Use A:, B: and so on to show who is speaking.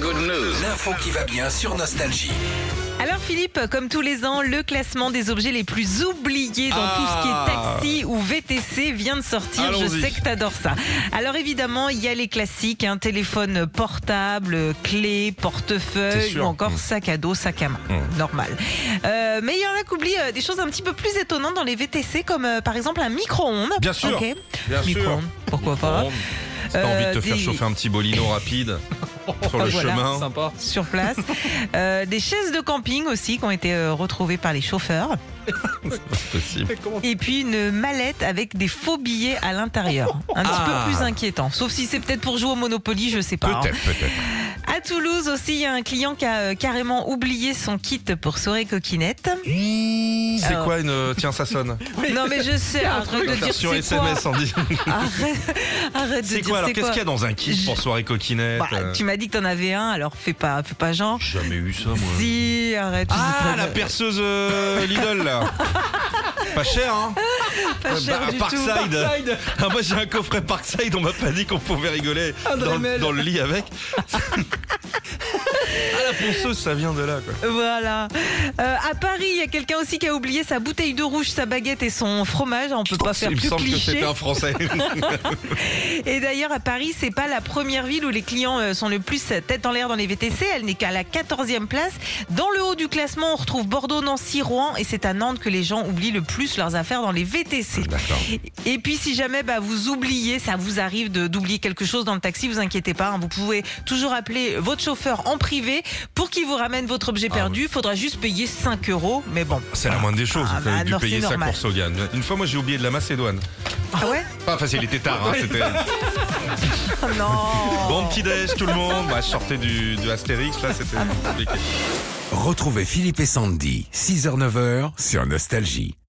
A: good news.
B: L'info qui va bien sur Nostalgie.
C: Alors Philippe, comme tous les ans, le classement des objets les plus oubliés dans
A: Ah.
C: tout ce qui est taxi ou VTC vient de sortir. Je
A: Allons-y.
C: sais que t'adores ça. Alors évidemment, il y a les classiques, un téléphone portable, clé,
A: C'est
C: portefeuille
A: sûr. Mmh.
C: ou encore sac à dos, sac à main. Normal. Euh, mais il y en a qui oublient euh, des choses un petit peu plus étonnantes dans les VTC, comme euh, par exemple un micro-ondes.
A: Bien sûr.
C: Ok.
A: Bien sûr.
C: Micro-ondes, pourquoi pas.
A: Bon, si t'as envie de te
C: Euh,
A: faire
C: des-
A: chauffer un petit bolino rapide sur le
C: Voilà.
A: chemin.
D: Sympa.
C: sur place. Euh, des chaises de camping aussi qui ont été euh, retrouvées par les chauffeurs.
A: Possible.
C: Et puis une mallette avec des faux billets à l'intérieur. Un petit
A: Ah.
C: peu plus inquiétant. Sauf si c'est peut-être pour jouer au Monopoly, je sais pas. hein.
A: Peut-être, peut-être.
C: À Toulouse aussi, il y a un client qui a euh, carrément oublié son kit pour soirée coquinette.
A: C'est
C: Alors-
A: quoi une. euh, Tiens, ça sonne.
C: non mais je sais, arrête de dire
A: Version
C: c'est
A: SMS en disant.
C: quoi. Arrête, arrête de
A: C'est
C: dire
A: quoi Alors,
C: c'est
A: qu'est-ce
C: quoi.
A: qu'il y a dans un kit pour soirée coquinette
C: Bah,
A: euh,
C: tu m'as dit que t'en avais un, alors fais pas, fais pas genre.
A: J'ai Jamais eu ça, moi.
C: Si, arrête. je
A: Ah,
C: sais pas,
A: la
C: euh,
A: perceuse euh, Lidl, là. Pas cher, hein
C: pas cher
A: Bah,
C: du tout.
A: Parkside. Ah, moi, j'ai un coffret Parkside, on m'a pas dit qu'on pouvait rigoler
D: Un
A: dans, le-
D: Dremel.
A: dans le lit avec. ah, la ponceuse, ça vient de là, quoi.
C: Voilà. Euh, à Paris, il y a quelqu'un aussi qui a oublié sa bouteille de rouge, sa baguette et son fromage. On peut pas faire
A: Il me
C: plus
A: semble que
C: cliché.
A: c'était un français.
C: Et d'ailleurs, à Paris, c'est pas la première ville où les clients euh, sont le plus tête en l'air dans les VTC. Elle n'est qu'à la 14e place. Dans le haut du classement, on retrouve Bordeaux, Nancy, Rouen. Et c'est à Nantes que les gens oublient le plus leurs affaires dans les VTC.
A: D'accord.
C: Et puis, si jamais bah, vous oubliez, ça vous arrive de- d'oublier quelque chose dans le taxi, vous inquiétez pas. hein. vous pouvez toujours appeler votre chauffeur en privé pour qu'il vous ramène votre objet perdu. Il faudra juste payer 5 euros. Mais bon.
A: C'est la moindre des choses
C: Ah,
A: que
C: bah,
A: de
C: non,
A: payer
C: c'est
A: sa
C: normal.
A: course au GAN. Une fois, moi, j'ai oublié de la Macédoine.
C: Ah ouais
A: Pas facile, il était tard. hein, c'était-
C: Oh Non
A: Bon petit déj, tout le monde. Bah, je sortais du, du Astérix, là,
C: Ah
A: c'était compliqué.
B: Retrouvez Philippe et Sandy, 6h-9h sur Nostalgie.